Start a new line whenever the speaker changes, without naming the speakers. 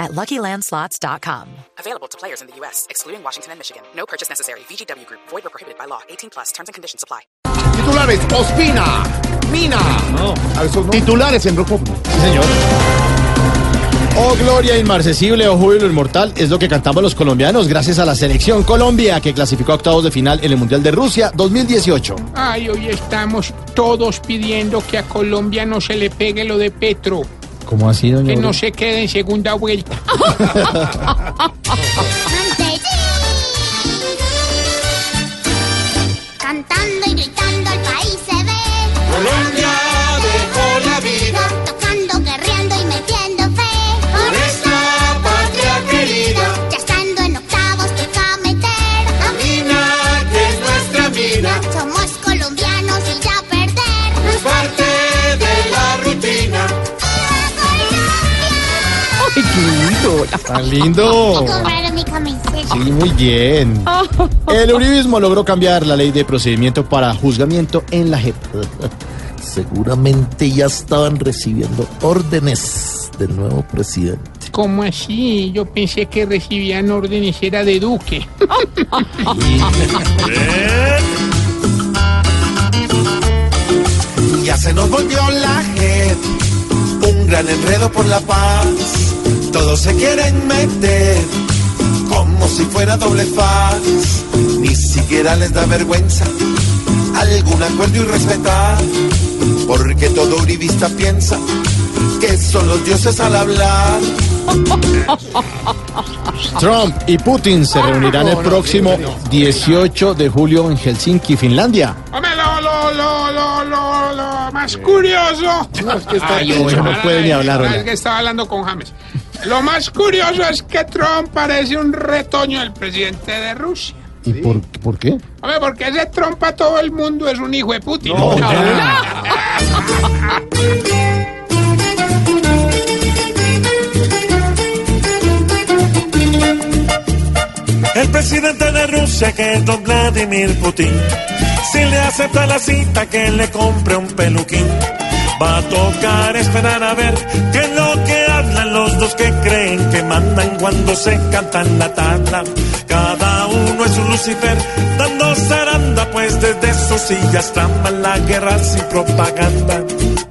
at luckylandslots.com.
Available to players in the U.S., excluding Washington and Michigan. No purchase necessary. VGW Group, void or prohibited by law. 18 plus terms and conditions apply.
Titulares, Ospina, Mina.
Ah,
A esos no. Titulares en rojo.
Sí, señor. Oh, gloria inmarcesible, oh júbilo inmortal, es lo que cantamos los colombianos gracias a la selección Colombia que clasificó a octavos de final en el Mundial de Rusia 2018.
Ay, hoy estamos todos pidiendo que a Colombia no se le pegue lo de Petro,
¿Cómo así, doña?
que no
Aurora?
se quede en segunda vuelta.
Cantando y gritando el país se ve,
Colombia dejó la vida
tocando, guerreando y metiendo fe.
por esta patria querida,
Ya estando en octavos toca meter a
Mina que es nuestra vida,
Somos colombianos y ya perder.
es parte de la rutina.
¡Viva
Tan lindo.
Colombia! Compraron mi camiseta.
Oh. Sí, muy bien. El uribismo logró cambiar la ley de procedimiento para juzgamiento en la JEP.
Seguramente ya estaban recibiendo órdenes del nuevo presidente.
¿Cómo así? Yo pensé que recibían órdenes era de Duque.
Ya se nos volvió la gente, un gran enredo por la paz. Todos se quieren meter como si fuera doble faz. Ni siquiera les da vergüenza algún acuerdo y respetar, porque todo uribista piensa que son los dioses al hablar.
Trump y Putin se reunirán el próximo 18 de julio en Helsinki, Finlandia.
Hombre, lo, lo, lo, lo, lo, lo más curioso. Ay,
hecho,
ojalá
no puede ni
la-
hablar,
ojalá
oiga.
Es que estaba hablando con James. Lo más curioso es que Trump parece un retoño del presidente de Rusia.
¿Y por, por qué?
Hombre, porque ese trompa a todo el mundo es un hijo de Putin.
El presidente de Rusia, que es don Vladimir Putin, si le acepta la cita, que le compre un peluquín. Va a tocar esperar a ver qué es lo que hablan los dos que creen que mandan cuando se cantan la tabla. Cada uno es un Lucifer, dando zaranda, pues desde sus sillas traman la guerra sin propaganda.